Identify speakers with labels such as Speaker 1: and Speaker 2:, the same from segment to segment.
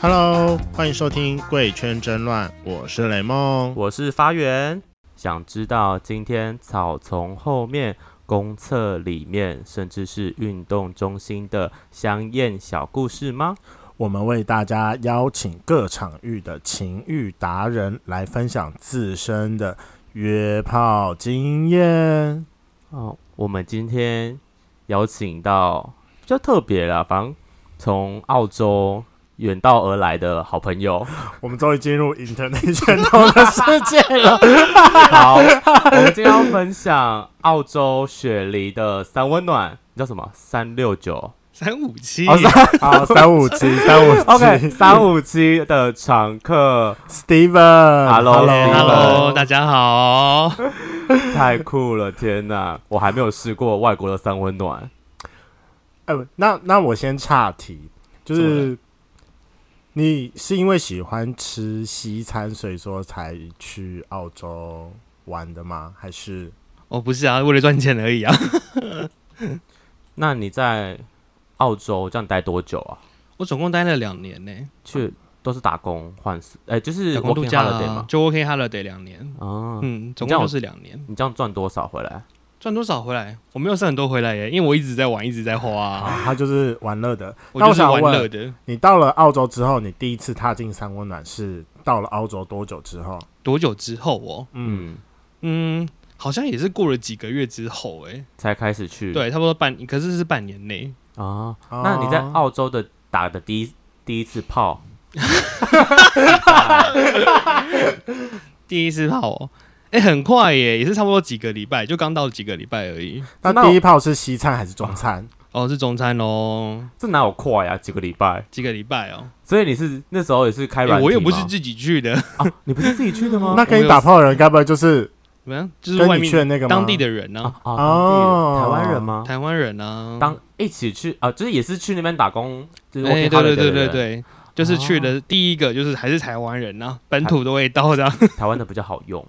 Speaker 1: Hello，欢迎收听《贵圈争乱》，我是雷梦。
Speaker 2: 我是发源。想知道今天草丛后面、公厕里面，甚至是运动中心的香艳小故事吗？
Speaker 1: 我们为大家邀请各场域的情欲达人来分享自身的约炮经验。
Speaker 2: 哦，我们今天邀请到比较特别啦，反正从澳洲远道而来的好朋友。
Speaker 1: 我们终于进入 international 的世界了。
Speaker 2: 好，我们今天要分享澳洲雪梨的三温暖，你叫什么？三六九。
Speaker 3: 三五七，
Speaker 2: 哦三
Speaker 1: 好，三五七，三五七
Speaker 2: OK，三五七的常客 Hello，Hello
Speaker 1: ，Steven，Hello，Hello，
Speaker 3: Hello，大家好。
Speaker 2: 太酷了！天哪，我还没有试过外国的三温暖。
Speaker 1: 哎，不那那我先岔题，就
Speaker 3: 怎么
Speaker 1: 是你是因为喜欢吃西餐，所以说才去澳洲玩的吗？还是
Speaker 3: 哦，不是啊，为了赚钱而已啊。
Speaker 2: 那你在澳洲这样待多久啊？
Speaker 3: 我总共待了两年呢、
Speaker 2: 去都是打工换死，哎、就是
Speaker 3: 打工度
Speaker 2: working
Speaker 3: 假
Speaker 2: holiday
Speaker 3: 啊
Speaker 2: 吗，？
Speaker 3: 就 OK holiday 两年。
Speaker 2: 啊，
Speaker 3: 嗯，总
Speaker 2: 这样
Speaker 3: 共就是两年，
Speaker 2: 你这样赚多少回来？
Speaker 3: 赚多少回来？我没有剩很多回来耶，因为我一直在玩，一直在花、 啊。
Speaker 1: 啊，他就是玩乐的？
Speaker 3: 我
Speaker 1: 那
Speaker 3: 就是
Speaker 1: 想
Speaker 3: 玩乐
Speaker 1: 问，
Speaker 3: 的。
Speaker 1: 你到了澳洲之后，你第一次踏进三温暖是到了澳洲多久之后？
Speaker 3: 多久之后哦？
Speaker 1: 嗯，
Speaker 2: 嗯，
Speaker 3: 嗯，好像也是过了几个月之后哎、
Speaker 2: 才开始去。
Speaker 3: 对，差不多半，可是是半年内。
Speaker 2: 啊，
Speaker 3: 嗯
Speaker 2: 那你在
Speaker 1: 哦
Speaker 2: 澳洲的打的第一第一次炮，
Speaker 3: 第一次泡哦，哎、很快耶，也是差不多几个礼拜，就刚到几个礼拜而已。
Speaker 1: 那第一炮是西餐还是中餐？
Speaker 3: 哦，是中餐哦，
Speaker 2: 这哪有快呀、几个礼拜？
Speaker 3: 几个礼拜哦。
Speaker 2: 所以你是那时候也是开
Speaker 3: 欸
Speaker 2: 软、体
Speaker 3: 我也不是
Speaker 2: 吗
Speaker 3: 自己去 的，
Speaker 2: 啊，你不是自己去的 吗？
Speaker 1: 那跟
Speaker 3: 我
Speaker 1: 你
Speaker 3: 有
Speaker 1: 打炮的人该不会就是
Speaker 3: 怎么样？就是外
Speaker 1: 跟你
Speaker 3: 面
Speaker 1: 去的那个吗
Speaker 3: 当地的人呢、
Speaker 2: 啊啊，
Speaker 1: 哦
Speaker 2: 当地人台湾人吗？
Speaker 3: 台湾人啊，
Speaker 2: 当一起去啊，就是也是去那边打工，就是
Speaker 3: 哎、
Speaker 2: working
Speaker 3: 对对
Speaker 2: holiday
Speaker 3: 对
Speaker 2: 的
Speaker 3: 对
Speaker 2: 人
Speaker 3: 对，就是去的第一个就是还是台湾人啊，本土的味道啊这样。
Speaker 2: 台湾的比较好用。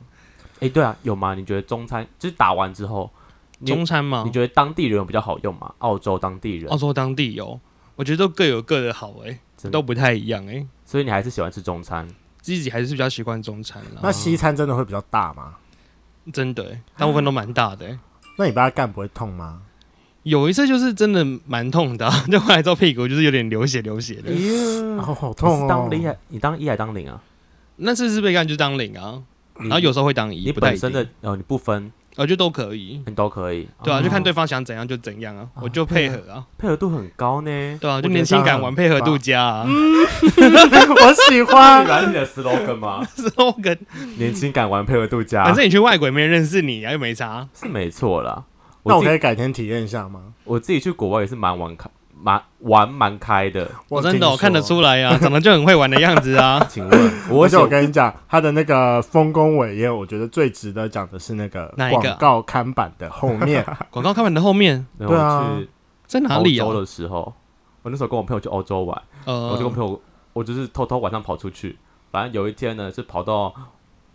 Speaker 2: 哎、对啊，有吗？你觉得中餐就是打完之后，你
Speaker 3: 中餐嘛
Speaker 2: 你，觉得当地人有比较好用吗？澳洲当地人，
Speaker 3: 澳洲当地有，我觉得都各有各的好哎、
Speaker 2: 真的
Speaker 3: 都不太一样哎、
Speaker 2: 所以你还是喜欢吃中餐。
Speaker 3: 自己还是比较习惯中餐啦
Speaker 1: 那，西餐真的会比较大吗？
Speaker 3: 真的、欸，大部分都蛮大的、欸。
Speaker 1: 那你把它干不会痛吗？
Speaker 3: 有一次就是真的蛮痛的、啊，就 后来照屁股就是有点流血流血的。
Speaker 2: 咦、
Speaker 1: 哦，好
Speaker 2: 你
Speaker 1: 痛
Speaker 2: 是
Speaker 1: 哦！
Speaker 2: 当一还你当一还当零啊？
Speaker 3: 那次是被干就当领啊，
Speaker 2: 你
Speaker 3: 然后有时候会当一，
Speaker 2: 嗯你
Speaker 3: 不太
Speaker 2: 本
Speaker 3: 一
Speaker 2: 身
Speaker 3: 定
Speaker 2: 的呃，你不分
Speaker 3: 我觉得都可以。
Speaker 2: 你都可以，
Speaker 3: 对啊，
Speaker 2: 哦
Speaker 3: 就看对方想怎样就怎样啊，我就配合啊，
Speaker 2: 配合度很高呢。
Speaker 3: 对
Speaker 1: 哦
Speaker 3: 啊，就
Speaker 1: 我觉得
Speaker 3: 年
Speaker 1: 这
Speaker 3: 轻
Speaker 1: 样
Speaker 3: 感
Speaker 1: 很
Speaker 3: 玩配合度
Speaker 1: 棒
Speaker 3: 加啊，
Speaker 1: 我喜欢
Speaker 2: 你。来你的 slogan 吗？
Speaker 3: 之后跟
Speaker 2: 年轻感玩配合度
Speaker 1: 啊
Speaker 2: 加
Speaker 3: 反，正你去外国也没人认识你啊，又没差。
Speaker 2: 是没错啦。
Speaker 1: 那我
Speaker 2: 自
Speaker 1: 可
Speaker 2: 己
Speaker 1: 以改天体验一下吗？
Speaker 2: 我自己去国外也是蛮玩开，蛮玩蛮开的。。
Speaker 3: 我
Speaker 1: 有
Speaker 3: 真
Speaker 1: 听
Speaker 3: 的
Speaker 1: 说
Speaker 3: 我看得，出来 啊，长得就很会玩的样子啊
Speaker 2: 请问，我
Speaker 1: 而且
Speaker 2: 有
Speaker 1: 我跟你讲，他的那个丰功伟业，我觉得最值得讲的是那个
Speaker 3: 哪一个
Speaker 1: 广告看板的后面。
Speaker 3: 广告看板的后面
Speaker 2: 没有
Speaker 1: 对啊
Speaker 2: 去
Speaker 3: 在哪
Speaker 2: 欧
Speaker 3: 里啊
Speaker 1: 哦
Speaker 2: 洲？的时候，我那时候跟我朋友去欧洲玩，我就跟
Speaker 1: 嗯
Speaker 3: 呃，
Speaker 2: 朋友，我就是偷偷晚上跑出去。反正有一天呢，是跑到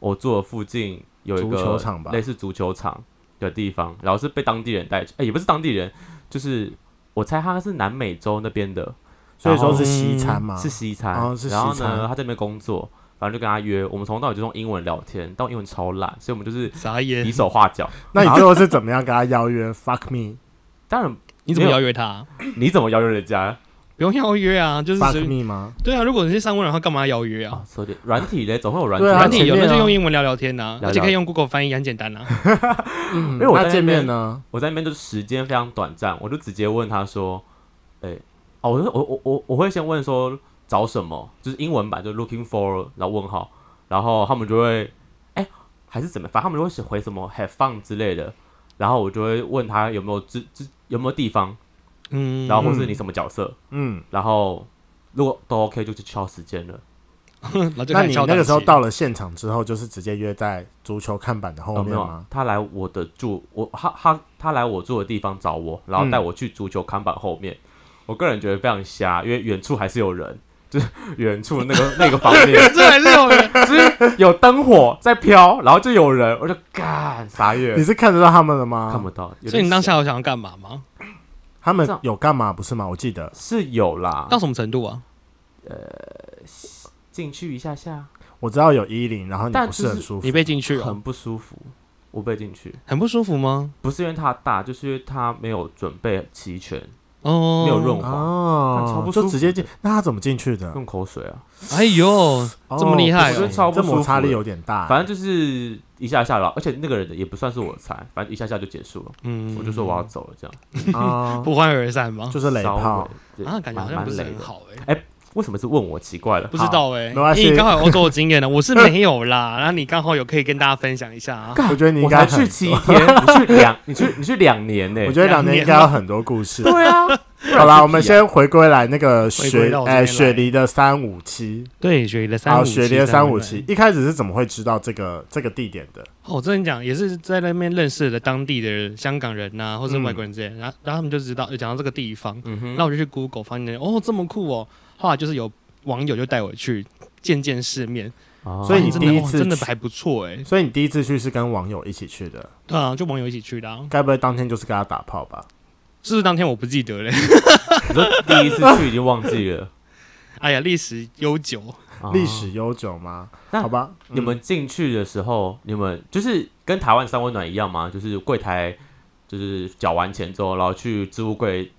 Speaker 2: 我住的附近有一
Speaker 1: 足球
Speaker 2: 个
Speaker 1: 场吧
Speaker 2: 类似足球场的地方，然后是被当地人带去，哎、也不是当地人，就是我猜他是南美洲那边的，
Speaker 1: 所以说是西餐吗？
Speaker 2: 是西餐，
Speaker 1: 哦是西
Speaker 2: 然后
Speaker 1: 餐
Speaker 2: 呢，他在那边工作，反正就跟他约，我们从头到尾就用英文聊天，但我英文超烂，所以我 们就是
Speaker 3: 傻
Speaker 2: 比
Speaker 3: 眼，
Speaker 2: 手画脚。
Speaker 1: 那你最后是怎么样跟他邀约？Fuck me，fuck
Speaker 2: 当然，
Speaker 3: 你怎么
Speaker 2: 没
Speaker 3: 邀约他？
Speaker 2: 你怎么邀约人家？
Speaker 3: 不用邀约啊，就是随
Speaker 1: me 吗？
Speaker 3: 对啊。如果你是上问，然后干嘛邀约啊
Speaker 2: 啊？，说点软体嘞，总会有软体。
Speaker 1: 对啊
Speaker 3: 反
Speaker 2: 软
Speaker 3: 正
Speaker 2: 体
Speaker 1: 哦前
Speaker 3: 你有
Speaker 1: 面啊
Speaker 3: 那就用英文聊聊天啊，
Speaker 2: 聊
Speaker 3: 而且可
Speaker 2: 聊
Speaker 3: 以用 Google 翻译，很简 单啊。
Speaker 1: 因
Speaker 2: 因为我
Speaker 1: 那
Speaker 2: 在那
Speaker 1: 见
Speaker 2: 边
Speaker 1: 面呢，
Speaker 2: 我在那边就是时间非常短暂，我就直接问他说：“哎、哦，我就我我我我会先问说找什么，就是英文版就 looking for，然后问号，然后他们就会哎、还是怎么，反正他们就会写回什么 have fun 之类的，然后我就会问他有没有之之有没有地方，
Speaker 3: 嗯，
Speaker 2: 然后或是你什么角色，
Speaker 1: 嗯，
Speaker 2: 然后如果都 OK 就去敲时间了，
Speaker 3: 然后就
Speaker 1: 那
Speaker 3: 开始
Speaker 1: 你
Speaker 3: 敲
Speaker 1: 那
Speaker 3: 打
Speaker 1: 个时候
Speaker 3: 起
Speaker 1: 到了现场之后，就是直接约在足球看板的后
Speaker 2: 有没
Speaker 1: 面
Speaker 2: 有啊
Speaker 1: 吗？？
Speaker 2: 他来我的住我他他他来我住的地方找我，然后带
Speaker 1: 嗯
Speaker 2: 我去足球看板后面。我个人觉得非常瞎，因为远处还是有人， 就是远处那个 那个方面
Speaker 3: 这还是 有人
Speaker 2: 有灯火在飘，然后就有人，我就干傻眼啊
Speaker 1: 你，是看得到他们的
Speaker 2: 看
Speaker 1: 吗？
Speaker 2: 不到。有
Speaker 3: 所以你
Speaker 2: 点
Speaker 3: 当
Speaker 2: 瞎
Speaker 3: 下有想要干嘛吗？
Speaker 1: 他们
Speaker 2: 这样
Speaker 1: 有干嘛不是吗？我记得
Speaker 2: 是有啦
Speaker 3: 到，什么程度啊？
Speaker 2: 进去一下下，
Speaker 1: 我知道有衣领，然后你
Speaker 2: 但
Speaker 1: 不
Speaker 2: 就是是
Speaker 1: 很舒服
Speaker 3: 你。被进去了，
Speaker 2: 很不舒服。我被进去，
Speaker 3: 很不舒服吗？
Speaker 2: 不是因为它大，就是因为它没有准备齐全，
Speaker 3: 哦，
Speaker 2: 没有润滑，但超
Speaker 1: 哦
Speaker 2: 不，
Speaker 1: 就
Speaker 2: 舒服的
Speaker 1: 直接进，那他怎么进去的？
Speaker 2: 用口水啊，
Speaker 3: 哎呦，
Speaker 1: 哦
Speaker 3: 这么厉害哦
Speaker 1: 不行
Speaker 2: 这超不
Speaker 1: 这摩擦
Speaker 2: 舒
Speaker 1: 力
Speaker 2: 服的
Speaker 1: 有点大。
Speaker 2: 反正就是一下下了，而且那个人也不算是我的菜，反正一下下就结束了。
Speaker 3: 嗯，
Speaker 2: 我就说我要走了，这样
Speaker 1: 啊，
Speaker 3: 不欢而散吗？
Speaker 1: 就是雷
Speaker 2: 稍微
Speaker 1: 炮。
Speaker 2: 对
Speaker 3: 啊，感觉好
Speaker 2: 蛮
Speaker 3: 像
Speaker 2: 蛮
Speaker 3: 不是
Speaker 2: 雷
Speaker 3: 很
Speaker 2: 的。
Speaker 3: 好哎、
Speaker 2: 为什么是问我？奇怪了
Speaker 3: 不，知道哎、
Speaker 1: 没关系
Speaker 3: 因为你刚好有欧洲的经验呢，啊我是没有啦。然后你刚好有可以跟大家分享一下啊。
Speaker 1: 我觉得你应
Speaker 2: 我
Speaker 1: 该
Speaker 2: 才
Speaker 1: 很
Speaker 2: 去，七天， 你去两，你去你去两年呢、
Speaker 1: 我觉得两
Speaker 3: 两
Speaker 1: 年
Speaker 3: 年
Speaker 1: 应该有很多故事。
Speaker 2: 对啊，
Speaker 1: 好啦，我们先回归来那个
Speaker 3: 回
Speaker 1: 雪
Speaker 3: 归到，这边
Speaker 1: 哎，
Speaker 3: 来
Speaker 1: 雪梨的三五七，
Speaker 3: 对，雪梨的三
Speaker 1: 好，
Speaker 3: 五
Speaker 1: 雪梨的三五七，，一开始是怎么会知道这个这个地点的？
Speaker 3: 哦我跟你讲，也是在那边认识的当地的香港人呐、或是外国人之类的，然后然后他们就知道，就讲到这个地方，
Speaker 2: 嗯哼，
Speaker 3: 那我就去 Google 发现哦这么酷哦，后来就是有网友就带我去见见世面，
Speaker 2: 哦
Speaker 1: 所以你
Speaker 3: 真的
Speaker 1: 第一
Speaker 3: 哦
Speaker 1: 次
Speaker 3: 真的
Speaker 1: 去
Speaker 3: 还不错哎，
Speaker 1: 所以你第一次去是跟网友一起去的，
Speaker 3: 对啊，就网友一起去的、啊，
Speaker 1: 该不会当天就是跟他打炮吧？
Speaker 3: 是不是当天我不记得嘞？
Speaker 2: 你说第一次去已经忘记了
Speaker 3: 哎呀，历史悠久，
Speaker 2: 哦
Speaker 1: 历史悠久吗？
Speaker 2: 那
Speaker 1: 好吧，嗯
Speaker 2: 你们进去的时候，你们就是跟台湾三温暖一样吗？就是柜台，就是缴完钱之后，然后去置物柜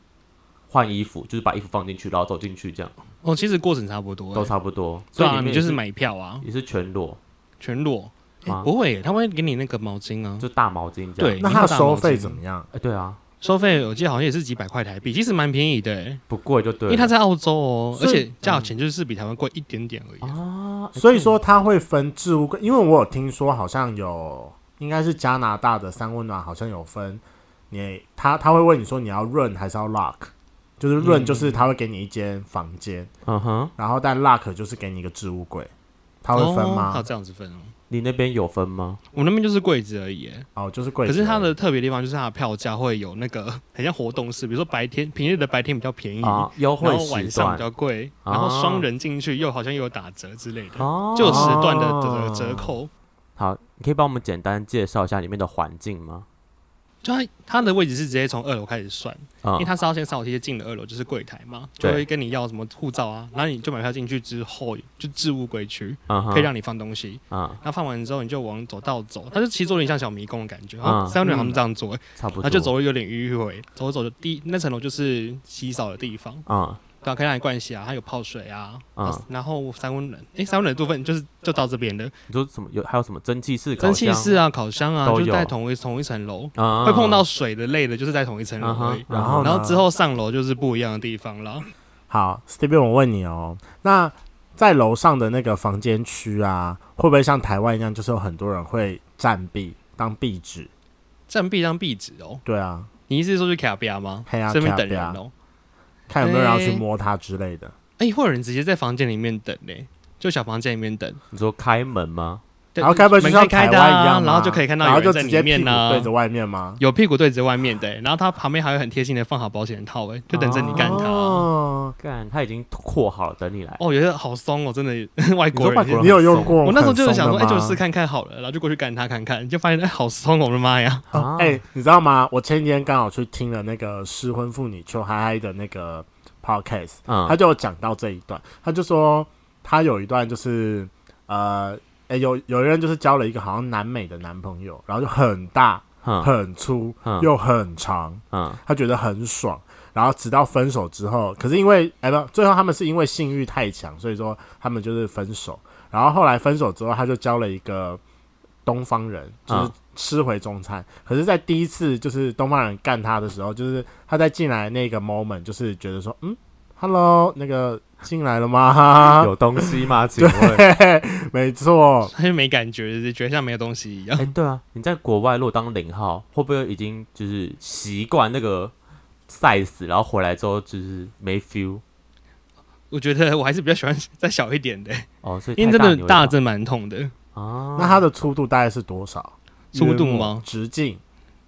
Speaker 2: 换衣服，就是把衣服放进去，然后走进去，这样
Speaker 3: 哦，其实过程差不多
Speaker 2: 都
Speaker 3: 欸，
Speaker 2: 差不多。所
Speaker 3: 对
Speaker 2: 以
Speaker 3: 啊，
Speaker 2: 里
Speaker 3: 你
Speaker 2: 面
Speaker 3: 就是
Speaker 2: 也
Speaker 3: 买票啊，
Speaker 2: 也是全裸，
Speaker 3: 全裸，欸
Speaker 2: 啊
Speaker 3: 不会，他会给你那个毛巾啊，
Speaker 2: 就大毛巾这样。
Speaker 3: 对，
Speaker 1: 那
Speaker 3: 你
Speaker 1: 他
Speaker 3: 看大
Speaker 1: 收
Speaker 3: 毛
Speaker 1: 费
Speaker 3: 巾
Speaker 1: 怎么样？
Speaker 2: 哎，对啊，
Speaker 3: 收费我记得好像也是几百块台币，其实蛮便宜的欸，
Speaker 2: 不贵就对
Speaker 3: 因
Speaker 2: 了。
Speaker 3: 为它在澳洲哦，而
Speaker 1: 所以
Speaker 3: 且价钱就是比台湾贵一点点而已。哦
Speaker 2: 啊，哎
Speaker 1: 所以
Speaker 3: 嗯
Speaker 1: 说他会分置物柜，因为我有听说好像有，应该是加拿大的三温暖好像有分，你他他会问你说你要润还是要 lock，就是润
Speaker 3: 嗯
Speaker 1: 就是他会给你一间房间，
Speaker 2: 嗯哼，
Speaker 1: 然后但 lock 就是给你一个置物柜，他会分
Speaker 3: 哦
Speaker 1: 吗
Speaker 3: 它？这样子分哦。
Speaker 2: 你那边有分吗？
Speaker 3: 我们那边就是柜子而已欸，
Speaker 1: 哦，就是柜
Speaker 3: 可
Speaker 1: 子而已。
Speaker 3: 是它的特别地方就是它的票价会有那个很像活动式，比如说白天平日的白天比较便宜，嗯然
Speaker 2: 啊，优惠
Speaker 3: 后晚
Speaker 2: 时
Speaker 3: 上
Speaker 2: 段
Speaker 3: 比较贵，
Speaker 2: 啊
Speaker 3: 然后双人进去又好像又有打折之类的，
Speaker 2: 哦
Speaker 3: 就有时段的的折扣。
Speaker 2: 好，你可以帮我们简单介绍一下里面的环境吗？
Speaker 3: 就它它的位置是直接从二楼开始算，
Speaker 2: 啊
Speaker 3: 因为他是要先扫梯进了二楼，就是柜台嘛，就
Speaker 2: 对
Speaker 3: 会跟你要什么护照啊，然后你就买票进去之后就置物柜区，
Speaker 2: 嗯哼，
Speaker 3: 可以让你放东西。
Speaker 2: 啊，
Speaker 3: 那放完之后你就往走道走，它就其实有点像小迷宫的感觉，
Speaker 2: 嗯
Speaker 3: 啊，三个人他们这样做，欸
Speaker 2: 差嗯不
Speaker 3: 然
Speaker 2: 多
Speaker 3: 后就走了有点迂回，走着走着第那层楼就是洗澡的地方，
Speaker 2: 啊，
Speaker 3: 对啊，可以让你灌洗啊，还有泡水啊，
Speaker 2: 嗯
Speaker 3: 然后三温暖，诶，三温暖的部分就是就到这边的，
Speaker 2: 你说什么有还有什么蒸汽室、
Speaker 3: 蒸汽室啊、烤箱啊，
Speaker 2: 都有
Speaker 3: 就在同一同一层楼，
Speaker 2: 烤箱啊，
Speaker 3: 会碰到水的类的，就是在同一层楼
Speaker 2: 嗯哼
Speaker 3: 而已。
Speaker 1: 然后呢
Speaker 3: 然后之后上楼就是不一样的地方了。
Speaker 1: 好，Steven，我问你哦，那在楼上的那个房间区啊，会不会像台湾一样，就是有很多人会占壁当壁纸？
Speaker 3: 占壁当壁纸哦。
Speaker 1: 对啊，
Speaker 3: 你意思是说去卡比亚吗？
Speaker 1: 嘿啊
Speaker 3: 这边等
Speaker 1: 卡比
Speaker 3: 人
Speaker 1: 亚
Speaker 3: 哦。
Speaker 1: 看有没有人要去
Speaker 3: 诶
Speaker 1: 摸它之类的。
Speaker 3: 哎、会有人直接在房间里面等嘞、就小房间里面等。
Speaker 2: 你说开门吗？
Speaker 3: 对
Speaker 1: 然后该不会就
Speaker 3: 门
Speaker 1: 像
Speaker 3: 开
Speaker 1: 台湾
Speaker 3: 开的啊
Speaker 1: 一样吗、
Speaker 3: 然后就可以看到
Speaker 1: 然
Speaker 3: 有
Speaker 1: 后就
Speaker 3: 人在
Speaker 1: 直接
Speaker 3: 里
Speaker 1: 屁
Speaker 3: 面
Speaker 1: 股
Speaker 3: 啊呢、
Speaker 1: 对着外面吗？
Speaker 3: 有屁股对着外面的欸、然后他旁边还会很贴心的放好保险套、欸，哎，就等着你干他。哦
Speaker 1: 哦
Speaker 2: 干，他已经扩好了，等你来。
Speaker 3: 有些好松哦，真的 外国
Speaker 2: 你说外
Speaker 3: 人
Speaker 2: 国人
Speaker 3: 也。
Speaker 1: 你有用过？
Speaker 3: 我那时候就是想说，哎、
Speaker 1: 哎、
Speaker 3: 就试看看好了，然后就过去干他看看，就发现哎、好松哦，我的妈呀！
Speaker 2: 啊
Speaker 1: 哎、你知道吗？我前几天刚好去听了那个失婚妇女邱嗨嗨的那个 podcast，
Speaker 2: 嗯
Speaker 1: 他就有讲到这一段，他就说他有一段就是呃，哎、有有一人就是交了一个好像南美的男朋友，然后就很大、
Speaker 2: 嗯
Speaker 1: 很粗
Speaker 2: 嗯
Speaker 1: 又很长，
Speaker 2: 嗯
Speaker 1: 他觉得很爽。然后直到分手之后，可是因为哎不，最后他们是因为性欲太强，所以说他们就是分手。然后后来分手之后，他就交了一个东方人，就是
Speaker 2: 嗯
Speaker 1: 吃回中餐。可是，在第一次就是东方人干他的时候，就是他在进来那个 moment，就是觉得说，嗯，hello，那个进来了吗？
Speaker 2: 有东西吗？请问？
Speaker 1: 嘿 嘿，没错，
Speaker 3: 他就没感觉，就觉得像没有东西一样。
Speaker 2: 哎，对啊，你在国外如果当零号，会不会已经就是习惯那个 size，然后回来之后就是没 feel
Speaker 3: 我觉得我还是比较喜欢再小 一点的欸、
Speaker 2: 哦？所以
Speaker 3: 因为
Speaker 2: 太
Speaker 3: 真的
Speaker 2: 你会
Speaker 3: 大
Speaker 2: 打
Speaker 3: 真蛮痛的。
Speaker 2: 啊，
Speaker 1: 那它的粗度大概是多少？
Speaker 3: 粗度吗
Speaker 1: 约莫直径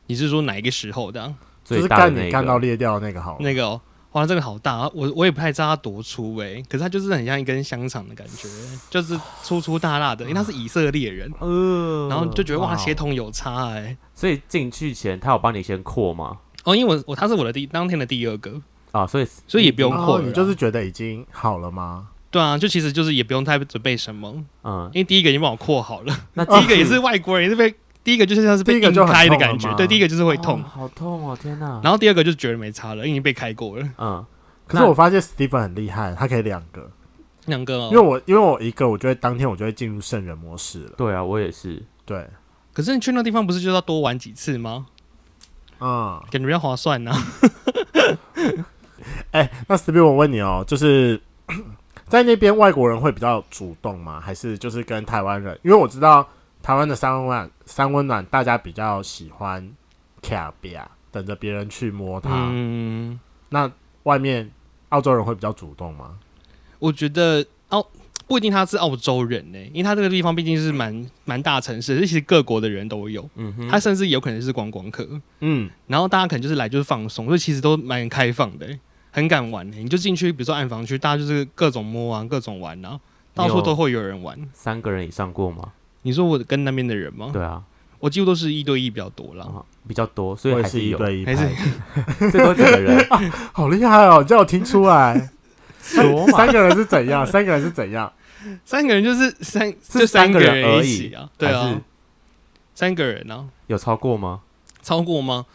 Speaker 3: 你是说哪一个时候的啊、
Speaker 1: 就
Speaker 2: 最
Speaker 1: 是
Speaker 2: 大的
Speaker 1: 干
Speaker 2: 那
Speaker 1: 你
Speaker 2: 个
Speaker 1: 干到裂掉的那个好了。
Speaker 3: 那个、哦，哇，这个好大，啊我我也不太知道它多粗哎、可是它就是很像一根香肠的感觉，就是粗粗大大的，因为他是以色列人，
Speaker 2: 呃
Speaker 3: 然后就觉得哇，
Speaker 1: 哇哦
Speaker 3: 血统有差哎、
Speaker 2: 所以进去前他有帮你先扩吗？
Speaker 3: 哦，因为我我他是我的第当天的第二个，
Speaker 2: 啊，所以
Speaker 3: 所以也不用
Speaker 1: 哦
Speaker 3: 扩了啦、
Speaker 1: 你就是觉得已经好了吗？
Speaker 3: 对啊，就其实就是也不用太准备什么，
Speaker 2: 嗯，
Speaker 3: 因为第一个已经帮我括好 了，
Speaker 2: 那
Speaker 3: 第一个也是外国人，也是被第一个就是像是被
Speaker 1: 第一个
Speaker 3: 硬
Speaker 1: 就很
Speaker 3: 开的
Speaker 1: 痛了
Speaker 3: 感觉
Speaker 1: 嘛，
Speaker 3: 对，第一个就是会痛
Speaker 2: 哦，好痛哦，天哪！
Speaker 3: 然后第二个就觉得没差了，因为已经被开过了，
Speaker 2: 嗯，
Speaker 1: 可是我发现 Steven 很厉害，他可以两个，
Speaker 3: 两个、
Speaker 1: 因为
Speaker 3: 哦。我
Speaker 1: 我因为我一个，我就会当天我就会进入圣人模式了。
Speaker 2: 对啊，我也是，
Speaker 1: 对，
Speaker 3: 可是你去那地方不是就要多玩几次吗？
Speaker 1: 嗯，
Speaker 3: 感觉比较划算啊呐、
Speaker 1: 哎、那 Steven 我问你哦，就是 在那边外国人会比较主动吗？还是就是跟台湾人？因为我知道台湾的三温暖三温暖，大家比较喜欢卡比亚，等着别人去摸它。
Speaker 3: 嗯，
Speaker 1: 那外面澳洲人会比较主动吗？
Speaker 3: 我觉得澳不一定他是澳洲人呢、因为他这个地方毕竟是蛮蛮大城市，其实各国的人都有，
Speaker 2: 嗯哼，
Speaker 3: 他甚至有可能是观光客，
Speaker 1: 嗯，
Speaker 3: 然后大家可能就是来就是放松，所以其实都蛮开放的欸、很敢玩的、你就进去，比如说暗房区，大家就是各种摸啊，各种玩啊，到处都会有人玩。
Speaker 2: 三个人以上过吗？
Speaker 3: 你说我跟那边的人吗？
Speaker 2: 对啊，
Speaker 3: 我几乎都是一对一比较多啦。
Speaker 2: 啊比较多，所
Speaker 1: 我
Speaker 2: 以
Speaker 1: 也
Speaker 2: 还
Speaker 1: 是
Speaker 2: 是
Speaker 1: 一
Speaker 2: 有，
Speaker 1: 对一
Speaker 3: 还是
Speaker 1: 拍，
Speaker 2: 最多几个 人？
Speaker 1: 好厉害哦！你叫我听出来，
Speaker 2: 说嘛，
Speaker 1: 三个人是怎 样？三个人是怎样？
Speaker 3: 三个人就是三，
Speaker 2: 是
Speaker 3: 就
Speaker 2: 三
Speaker 3: 三
Speaker 2: 个
Speaker 3: 个
Speaker 2: 人而
Speaker 3: 人
Speaker 2: 已
Speaker 3: 一起啊，对
Speaker 2: 还
Speaker 3: 啊
Speaker 2: 是，
Speaker 3: 三个人啊，
Speaker 2: 有超过吗？
Speaker 3: 超过吗？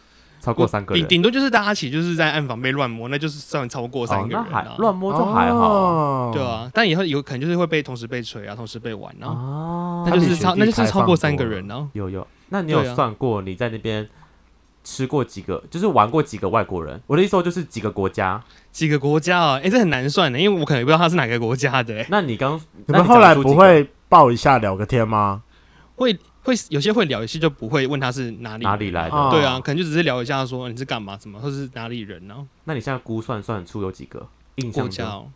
Speaker 2: 超过三个人
Speaker 3: 顶，顶多就是大家一起就是在暗房被乱摸，那就是算超过三
Speaker 2: 哦，
Speaker 3: 个人、
Speaker 2: 那
Speaker 3: 啊
Speaker 2: 还乱摸
Speaker 1: 我
Speaker 2: 就还好
Speaker 1: 好
Speaker 3: 对，啊，但以后有可能就是会被同时被锤啊，同时被玩啊，
Speaker 2: 啊
Speaker 3: 那就是
Speaker 1: 他
Speaker 3: 超
Speaker 1: 比雪地
Speaker 3: 那就是超过三
Speaker 1: 开放多了
Speaker 3: 个人啊。
Speaker 2: 有有，那你有
Speaker 3: 对啊
Speaker 2: 算过你在那边吃过几个，就是玩过几个外国人？我的意思说就是几个国家。
Speaker 3: 几个国家啊？哎、这很难算的，因为我可能也不知道他是哪个国家的、诶
Speaker 2: 那你刚
Speaker 1: 你
Speaker 2: 那
Speaker 1: 们
Speaker 2: 你讲
Speaker 1: 后来
Speaker 2: 出几
Speaker 1: 不
Speaker 2: 个
Speaker 1: 会抱一下聊个天吗？
Speaker 3: 会会有些会聊，有些就不会问他是哪里
Speaker 2: 哪里来
Speaker 3: 人
Speaker 2: 的？
Speaker 1: 哦
Speaker 3: 啊对啊，可能就只是聊一下说你是干嘛什么，或是哪里人呢、
Speaker 2: 那你现在估算算出有几个印
Speaker 3: 啊？国
Speaker 2: 象
Speaker 3: 家
Speaker 2: 中
Speaker 3: 哦、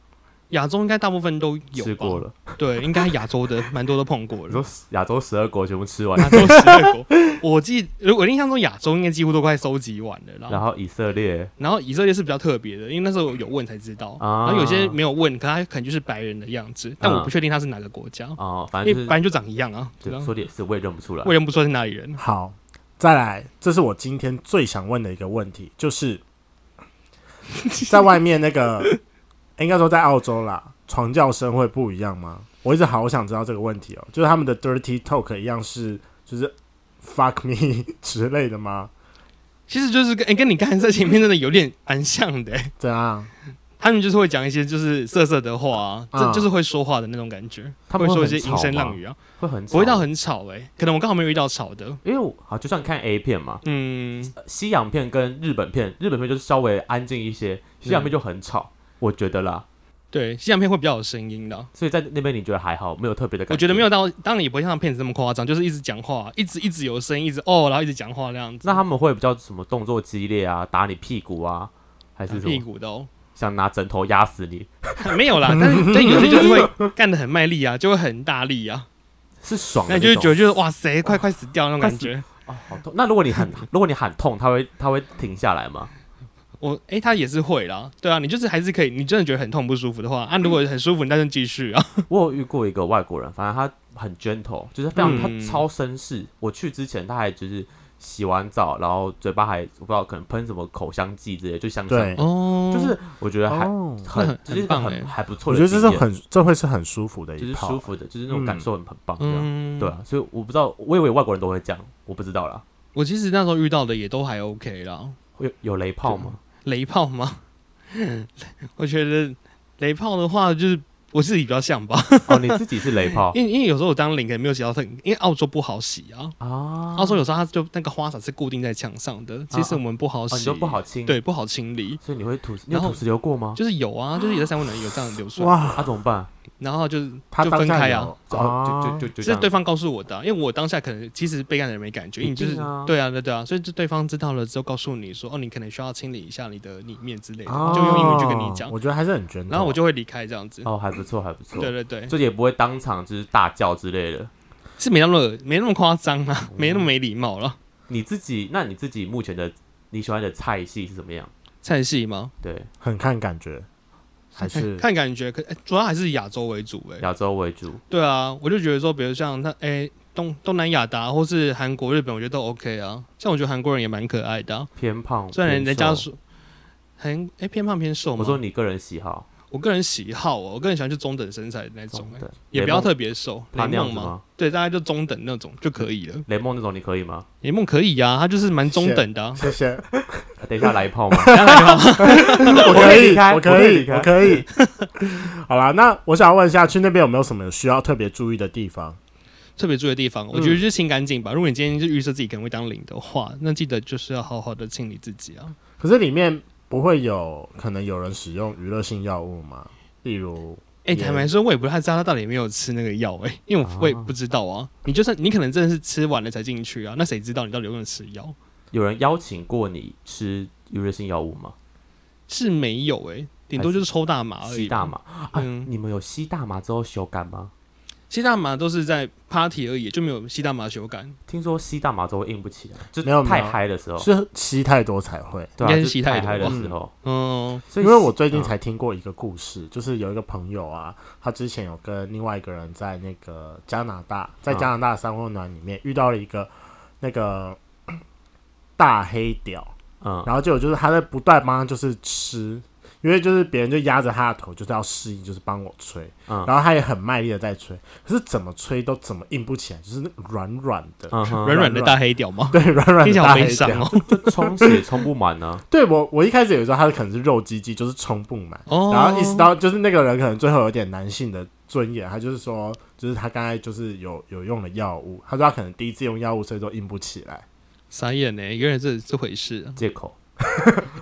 Speaker 3: 亚洲应该大部分都有
Speaker 2: 吃
Speaker 3: 吧
Speaker 2: 过了？
Speaker 3: 对，应该亚洲的蛮多都碰过
Speaker 2: 我
Speaker 3: 了。
Speaker 2: 说亚洲十二国全部吃 完，
Speaker 3: 亚洲十二国，我记，如果我印象中亚洲应该几乎都快收集完了，然 后
Speaker 2: 然后以色列
Speaker 3: 然后以色列是比较特别的，因为那时候有问才知道，
Speaker 2: 啊
Speaker 3: 然后有些没有问，可他可能就是白人的样子，但我不确定他是哪个国家，
Speaker 2: 哦，反正
Speaker 3: 因
Speaker 2: 就
Speaker 3: 为
Speaker 2: 是
Speaker 3: 白人就长一样啊，对
Speaker 2: 对啊
Speaker 3: 吧？
Speaker 2: 说的也是，我也认不出来
Speaker 3: 我。也不说是哪里人，
Speaker 1: 好，再来，这是我今天最想问的一个问题， 就是在外面那个，应该说在澳洲啦，传教声会不一样吗？我一直好想知道这个问题哦，就是他们的 dirty talk 一样是就是 fuck me 之类的吗？
Speaker 3: 其实就是跟、诶跟你刚才在前面真的有点蛮像的、诶
Speaker 1: 怎样？
Speaker 3: 他们就是会讲一些就是色色的话、啊，这、
Speaker 1: 啊
Speaker 3: 就是会说话的那种感觉，
Speaker 2: 他们会
Speaker 3: 会说一
Speaker 2: 很
Speaker 3: 些
Speaker 2: 吵
Speaker 3: 淫声
Speaker 2: 吗
Speaker 3: 浪语啊，
Speaker 2: 会很
Speaker 3: 不会
Speaker 2: 吵
Speaker 3: 到，很吵哎、诶可能我刚好没有遇到吵的，
Speaker 2: 因为我好就算看 A 片嘛，
Speaker 3: 嗯，
Speaker 2: 呃西洋片跟日本片，日本片就是稍微安静一些，
Speaker 3: 嗯
Speaker 2: 西洋片就很吵，我觉得啦。
Speaker 3: 对，西洋片会比较有声音的啊、
Speaker 2: 所以在那边你觉得还好，没有特别的感
Speaker 3: 我觉得没
Speaker 2: 有。
Speaker 3: 有到，当然也不会像骗子那么夸张，就是一直讲话，一直一直有声音，一直哦，然后一直讲话那样子。
Speaker 2: 那他们会比较什么动作激烈啊，打你屁股啊，还是什
Speaker 3: 屁
Speaker 2: 么
Speaker 3: 股的哦，
Speaker 2: 想拿枕头压死你？
Speaker 3: 没有啦，但是但有些就是会干得很卖力啊，就会很大力啊，
Speaker 2: 是爽的
Speaker 3: 那
Speaker 2: 哦那
Speaker 3: 你
Speaker 2: 种，
Speaker 3: 就会觉得就是哇塞，快快死掉那种感觉。
Speaker 2: 啊、好痛。那如果你 喊，如果你喊痛，他会他会停下来吗？
Speaker 3: 我诶，他也是会啦，对啊，你就是还是可以，你真的觉得很痛不舒服的话，啊，如果很舒服，那就继续啊。
Speaker 2: 我有遇过一个外国人，反正他很 gentle，就是非常、
Speaker 3: 嗯
Speaker 2: 他超绅士。我去之前他还就是洗完澡，然后嘴巴还我不知道可能喷什么口香剂之类的，就香
Speaker 1: 对
Speaker 2: 香，
Speaker 3: 哦
Speaker 2: 就是我觉得还、
Speaker 1: 哦，
Speaker 2: 很
Speaker 3: 很
Speaker 2: 就是
Speaker 3: 很棒
Speaker 2: 很
Speaker 3: 欸
Speaker 2: 还不错
Speaker 1: 我觉
Speaker 2: 的经
Speaker 1: 得
Speaker 2: 验，
Speaker 1: 这是很啊嗯这会是很舒服的
Speaker 2: 就是
Speaker 1: 一
Speaker 2: 舒
Speaker 1: 炮。
Speaker 2: 服的，就是那种感受很很棒这样。
Speaker 3: 嗯
Speaker 2: 对啊，所以我不知道，我以为外国人都会这样，我不知道啦。
Speaker 3: 我其实那时候遇到的也都还 OK 啦，
Speaker 2: 会有有雷炮吗？
Speaker 3: 雷炮吗？ 我觉得雷炮的话，就是我自己比较像吧，
Speaker 2: 哦，你自己是雷 炮
Speaker 3: 因为因为有时候我当零可能没有洗到特，因为澳洲不好洗啊，
Speaker 2: 啊？
Speaker 3: 澳洲有时候它就那个花洒是固定在墙上的，其实我们不好
Speaker 2: 哦，你
Speaker 3: 洗，
Speaker 2: 都不好哦亲，，
Speaker 3: 对，不好清理。
Speaker 2: 所以你会吐，你有
Speaker 3: 然后
Speaker 2: 吐石流过吗？
Speaker 3: 就是有啊，就是也在三温暖有这样流出来，
Speaker 1: 哇，
Speaker 2: 啊，怎么办？
Speaker 3: 然后就是
Speaker 1: 他
Speaker 3: 就
Speaker 1: 当
Speaker 3: 分
Speaker 1: 下
Speaker 3: 开
Speaker 1: 有
Speaker 3: 啊，
Speaker 2: 就就就就就这
Speaker 3: 是
Speaker 2: 样
Speaker 3: 对方告诉我的啊、因为我当下可能其实被干的人没感觉，因为你就
Speaker 2: 一
Speaker 3: 是
Speaker 2: 定啊
Speaker 3: 对啊对对啊，所以就对方知道了之后告诉你说，哦，你可能需要清理一下你的里面之类的，
Speaker 1: 哦
Speaker 3: 就用英文去跟你讲，
Speaker 1: 我觉得还是很卷。
Speaker 3: 然后我就会离开这样子。
Speaker 2: 哦，还不错，还不错，
Speaker 3: 对对对，
Speaker 2: 就也不会当场就是大叫之类的。
Speaker 3: 是没那么没那么夸张啦，没那么没礼貌了。
Speaker 2: 你自己，那你自己目前的你喜欢的菜系是怎么样？
Speaker 3: 菜系吗？
Speaker 2: 对，
Speaker 1: 很看感觉，还是
Speaker 3: 看感觉，可、哎主要还是以亚洲为主哎、
Speaker 2: 亚洲为主，
Speaker 3: 对啊，我就觉得说，比如像他，诶，东东南亚的啊、或是韩国、日本，我觉得都 OK 啊。像我觉得韩国人也蛮可爱的啊、
Speaker 2: 偏胖。
Speaker 3: 虽然人
Speaker 2: 偏
Speaker 3: 家
Speaker 2: 瘦
Speaker 3: 说很诶偏胖偏瘦嘛，
Speaker 2: 我说你个人喜好，
Speaker 3: 我个人喜好哦，我个人喜欢就中等身材的那种、欸
Speaker 2: 对，
Speaker 3: 也不要特别瘦，
Speaker 2: 他那
Speaker 3: 雷
Speaker 2: 样
Speaker 3: 梦
Speaker 2: 子
Speaker 3: 嘛，
Speaker 2: 吗？
Speaker 3: 对，大概就中等那种就可以了。
Speaker 2: 雷梦那种你可以吗？
Speaker 3: 雷梦可以啊，他就是蛮中等的、啊。
Speaker 1: 谢 谢，
Speaker 2: 啊等一下来一炮吗？
Speaker 1: 我
Speaker 2: 可
Speaker 1: 可
Speaker 2: 以
Speaker 1: 以
Speaker 2: 离，开
Speaker 1: 我
Speaker 2: 我
Speaker 1: 可
Speaker 2: 可以离
Speaker 1: 以，
Speaker 2: 开
Speaker 1: 我可以。 好啦，那我想要问一下，去那边有没有什么需要特别注意的地方？
Speaker 3: 特别注意的地方，我
Speaker 2: 嗯
Speaker 3: 觉得就是清干净吧。如果你今天就预设自己可能会当零的话，那记得就是要好好的清理自己啊。
Speaker 1: 可是里面不会有可能有人使用娱乐性药物吗？例如，
Speaker 3: 哎、
Speaker 1: 也
Speaker 3: 坦白说，我也不太知道他到底有没有吃那个药哎、因为我我也不知道啊。你就算你可能真的是吃完了才进去啊，那谁知道你到底有没有吃药？
Speaker 2: 有人邀请过你吃预热性药物吗？
Speaker 3: 是没有哎、顶多就是抽大麻而已。
Speaker 2: 吸大，麻啊？
Speaker 3: 嗯
Speaker 2: 你们有吸大麻之后修改吗？
Speaker 3: 吸大麻都是在 party 而已，就没有吸大麻的手感，
Speaker 2: 听说吸大麻之后硬不起来，就
Speaker 1: 没有没
Speaker 2: 太
Speaker 1: 有
Speaker 2: 嗨的时候，
Speaker 1: 是吸太多才会。
Speaker 2: 对啊，
Speaker 3: 应该是
Speaker 2: 就
Speaker 3: 吸太
Speaker 2: 太嗨的
Speaker 3: 多
Speaker 1: 吧
Speaker 2: 时候。
Speaker 3: 嗯，
Speaker 2: 所以
Speaker 1: 因为我最近
Speaker 2: 嗯
Speaker 1: 才听过一个故事，就是有一个朋友啊，他之前有跟另外一个人在那个加拿大，
Speaker 3: 嗯
Speaker 1: 在加拿大的三温暖里面遇到了一个那个大黑屌，
Speaker 2: 嗯，
Speaker 1: 然后结果就是他在不断帮他就是吃，因为就是别人就压着他的头，就是要示意，就是帮我吹，
Speaker 2: 嗯
Speaker 1: 然后他也很卖力的在吹，可是怎么吹都怎么硬不起来，就是那个软软的，
Speaker 2: 嗯哼，
Speaker 3: 软软的大黑屌吗？
Speaker 1: 对，软 软的
Speaker 3: 听起来
Speaker 1: 大
Speaker 3: 好悲
Speaker 1: 黑
Speaker 3: 伤
Speaker 1: 屌。
Speaker 3: 哦。
Speaker 2: 就充血充不满啊呢。
Speaker 1: 对我，我一开始以为说他可能是肉鸡鸡，就是冲不满，
Speaker 3: 哦，
Speaker 1: 然后意识到就是那个人可能最后有点男性的尊严，他就是说，就是他刚才就是有有用了药物，他说他可能第一次用药物，所以说硬不起来。
Speaker 3: 傻眼呢、原来这这回事、啊，
Speaker 2: 借口，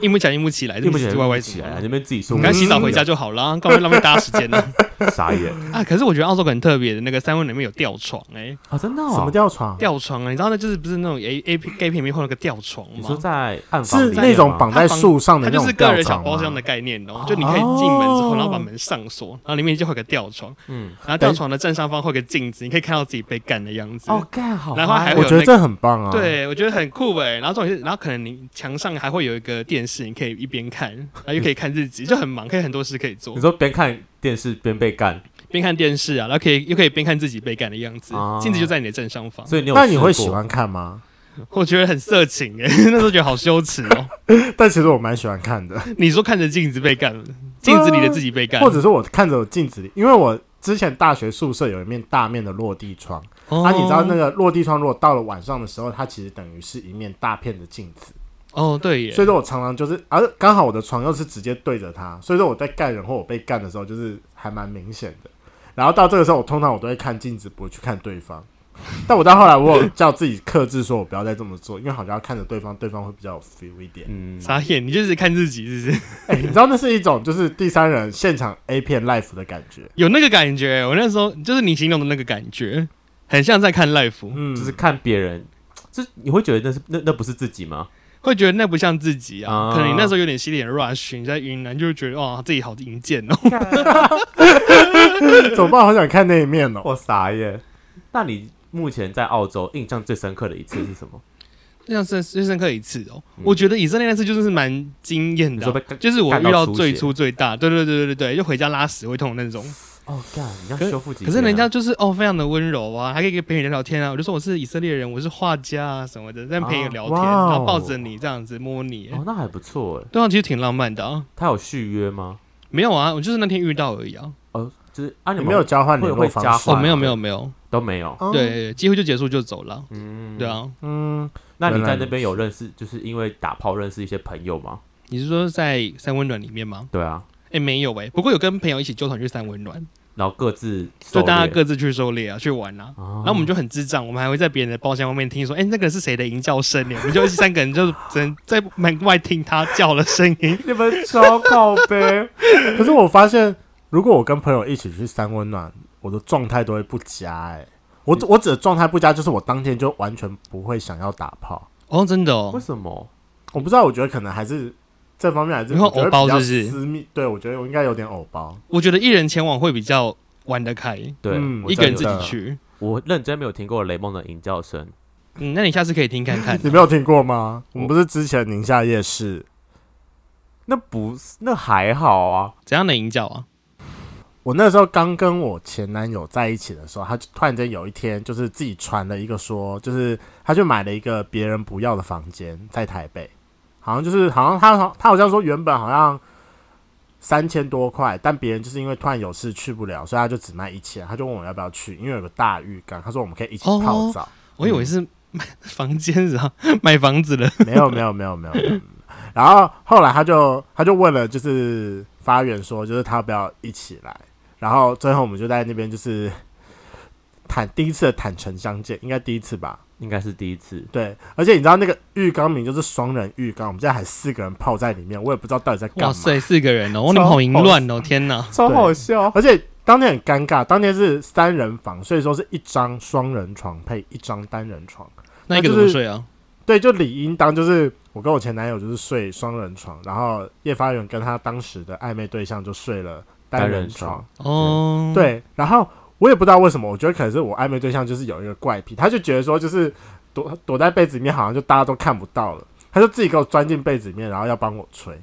Speaker 3: 硬不起来，硬不起来，这
Speaker 2: 硬不
Speaker 3: 么
Speaker 2: 起
Speaker 3: 唧
Speaker 2: 来，
Speaker 3: 唧歪歪
Speaker 2: 硬不起
Speaker 3: 什么
Speaker 2: 来，
Speaker 3: 啊
Speaker 2: 你们自己说。
Speaker 3: 你赶紧洗澡回家就好啦，干嘛浪费大家时间呢？
Speaker 2: 傻眼
Speaker 3: 啊，可是我觉得澳洲很特别的，那个三温里面有吊床哎、
Speaker 2: 啊！真的哦，
Speaker 1: 什么吊床？
Speaker 3: 吊床啊，你知道那就是不是那种 A A P gay 片里面会有那个吊床
Speaker 2: 你说
Speaker 3: 吗？
Speaker 2: 在暗房
Speaker 1: 是
Speaker 2: 里
Speaker 1: 那
Speaker 2: 面
Speaker 1: 种
Speaker 2: 吗
Speaker 1: 绑在树上的那
Speaker 3: 它就
Speaker 1: 种
Speaker 3: 是个
Speaker 1: 吊
Speaker 3: 人小
Speaker 1: 床啊
Speaker 3: 包厢
Speaker 1: 吗
Speaker 3: 的？概念哦，就你可以进门之后，然后把门上锁，然后里面就会有个吊床，
Speaker 2: 嗯，
Speaker 3: 然后吊床的正上方会有个镜子，你可以看到自己被干的样子。
Speaker 2: 哦，干好嗨哦，
Speaker 3: 然后还会
Speaker 1: 我
Speaker 3: 有
Speaker 1: 觉得
Speaker 3: 那个
Speaker 1: 这很棒啊！，
Speaker 3: 对，我觉得很酷哎。然后重点是，然后可能你墙上还会有一个电视，你可以一边看，然后又可以看自己，就很忙，可以很多事可以做
Speaker 2: 你，说边看电视边被干，
Speaker 3: 边看电视啊，然后可以又可以边看自己被干的样子
Speaker 2: 哦，
Speaker 3: 镜子就在你的正上方。
Speaker 2: 所以你有
Speaker 1: 那你
Speaker 2: 试
Speaker 1: 会
Speaker 2: 过
Speaker 1: 喜？欢看吗？
Speaker 3: 我觉得很色情哎， 那时候觉得好羞耻哦。
Speaker 1: 但其实我蛮喜欢看的，
Speaker 3: 你说看着镜子被干，镜子里的自己被干，
Speaker 1: 或者是我看着我镜子里，因为我之前大学宿舍有一面大面的落地窗，
Speaker 3: 哦
Speaker 1: 啊，你知道那个落地窗如果到了晚上的时候，它其实等于是一面大片的镜子，
Speaker 3: 哦，对耶
Speaker 1: 所，以说我常常就是，而、刚好我的床又是直接对着它，所以说我在干人或我被干的时候，就是还蛮明显的。然后到这个时候，我通常我都会看镜子，不会去看对方。 但我到后来，我有叫自己克制，说我不要再这么做，因为好像要看着对方，对方会比较有 feel 一点。
Speaker 2: 嗯，
Speaker 3: 傻眼，你就是看自己是不是？
Speaker 1: 哎、你知道那是一种就是第三人现场 A 片 life 的感觉，
Speaker 3: 有那个感觉，我那时候就是你形容的那个感觉，很像在看 life，
Speaker 1: 嗯，
Speaker 2: 就是看别人，这你会觉得那是那那不是自己吗？
Speaker 3: 会觉得那不像自己啊。
Speaker 2: 啊
Speaker 3: 可能你那时候有点心里很 rush，你在云南就会觉得哇，自己好淫贱哦。
Speaker 1: 怎么办？好想看那一面 哦。
Speaker 2: 我傻眼。那你目前在澳洲印象最深刻的一次是什么？
Speaker 3: 印象深最深刻一次哦，
Speaker 2: 嗯
Speaker 3: 我觉得以色列那次就是蛮惊艳
Speaker 2: 你
Speaker 3: 的
Speaker 2: 说
Speaker 3: 啊、
Speaker 2: 被干
Speaker 3: 就是我
Speaker 2: 干
Speaker 3: 遇
Speaker 2: 到
Speaker 3: 到
Speaker 2: 出
Speaker 3: 最
Speaker 2: 血
Speaker 3: 粗最大，对对对对对对，就回家拉屎会痛的那种。
Speaker 2: 哦，干，你要
Speaker 3: 可是
Speaker 2: 修复几天啊？
Speaker 3: 可是人家就是哦，非常的温柔啊，还可以跟陪你聊聊天啊。我就说我是以色列人，我是画家啊什么的，在陪你聊天，
Speaker 1: 啊哇哦
Speaker 3: 然后抱着你这样子摸你，
Speaker 2: 哦，那还不错哎。
Speaker 3: 对啊，其实挺浪漫的啊。
Speaker 2: 他有续约吗？
Speaker 3: 没有啊，我就是那天遇到而已啊。
Speaker 2: 哦，就是啊，
Speaker 1: 你
Speaker 2: 你
Speaker 1: 没
Speaker 2: 们
Speaker 1: 有交换
Speaker 2: 会
Speaker 1: 联络
Speaker 2: 会
Speaker 1: 方
Speaker 2: 加
Speaker 1: 式
Speaker 2: 换哇
Speaker 3: 哦，
Speaker 1: 吗？
Speaker 3: 没有没有没有，
Speaker 2: 都没有？
Speaker 1: 哦，
Speaker 3: 对，机会就结束就走了。
Speaker 2: 嗯，
Speaker 3: 对。啊，
Speaker 1: 嗯，
Speaker 2: 那你
Speaker 1: 原来
Speaker 2: 在
Speaker 1: 如
Speaker 2: 那边有认识，就是因为打炮认识一些朋友吗？
Speaker 3: 你是说在三温暖里面吗？
Speaker 2: 对啊，
Speaker 3: 哎，没有哎，不过有跟朋友一起纠团去三温暖，
Speaker 2: 然后各自
Speaker 3: 就
Speaker 2: 狩
Speaker 3: 大家
Speaker 2: 猎
Speaker 3: 各自去狩猎啊，去玩啊。
Speaker 2: 哦
Speaker 3: 然后我们就很智障，我们还会在别人的包厢外面听说，哎，那个是谁的吟叫声呢？我们就一起三个人就只能在门外听他叫的声音。
Speaker 2: 你们超靠呗。
Speaker 1: 可是我发现，如果我跟朋友一起去三温暖，我的状态都会不佳、欸。哎，我我指的状态不佳，就是我当天就完全不会想要打炮。
Speaker 3: 哦，真的哦
Speaker 2: 为，什么？
Speaker 1: 我不知道，我觉得可能还是这方面还是
Speaker 3: 你会
Speaker 1: 我觉得
Speaker 3: 偶包
Speaker 1: 比较
Speaker 3: 是不是
Speaker 1: 私密？对，我觉得我应该有点偶包。
Speaker 3: 我觉得一人前往会比较玩得开，
Speaker 2: 对，
Speaker 1: 嗯
Speaker 2: 我
Speaker 3: 一
Speaker 2: 真
Speaker 3: 个
Speaker 2: 的
Speaker 3: 人自
Speaker 1: 真
Speaker 3: 己
Speaker 1: 的
Speaker 3: 去。
Speaker 2: 我认真没有听过雷梦的吟叫声。
Speaker 3: 嗯，那你下次可以听看 看。
Speaker 1: 你没有听过吗？我们
Speaker 2: 我
Speaker 1: 不是之前宁夏夜市，
Speaker 2: 那不是，那还好啊。
Speaker 3: 怎样的吟叫啊？
Speaker 1: 我那时候刚跟我前男友在一起的时候，他就突然间有一天就是自己传了一个说，就是他就买了一个别人不要的房间在台北，好像就是好像他他好像说原本好像三千多块，但别人就是因为突然有事去不了，所以他就只卖一千，他就问我要不要去，因为有个大浴缸，他说我们可以一起
Speaker 3: 哦
Speaker 1: 泡澡。
Speaker 3: 我以为是买房间，然后买房子了。
Speaker 1: 没有没有没有没有。没有然后后来他就他就问了，就是发源说，就是他要不要一起来。然后最后我们就在那边就是坦第一次的坦诚相见，应该第一次吧？
Speaker 2: 应该是第一次。
Speaker 1: 对。而且你知道那个浴缸名就是双人浴缸，我们现在还四个人泡在里面，我也不知道到底在干
Speaker 3: 哇
Speaker 1: 嘛。
Speaker 3: 塞，四个人哦，哇，你们好淫乱哦！天哪，
Speaker 2: 超
Speaker 1: 好
Speaker 2: 笑，
Speaker 1: 而且当天很尴尬，当天是三人房，所以说是一张双人床配一张单人床。
Speaker 3: 那一个怎么睡啊？
Speaker 1: 对，就理应当就是我跟我前男友就是睡双人床，然后叶发源跟他当时的暧昧对象就睡了单
Speaker 2: 单
Speaker 1: 人
Speaker 2: 人
Speaker 1: 床
Speaker 2: 床。
Speaker 3: 哦，，
Speaker 1: 对，然后我也不知道为什么，我觉得可能是我暧昧对象就是有一个怪癖，他就觉得说就是躲躲在被子里面，好像就大家都看不到了，他就自己给我钻进被子里面，然后要帮我吹，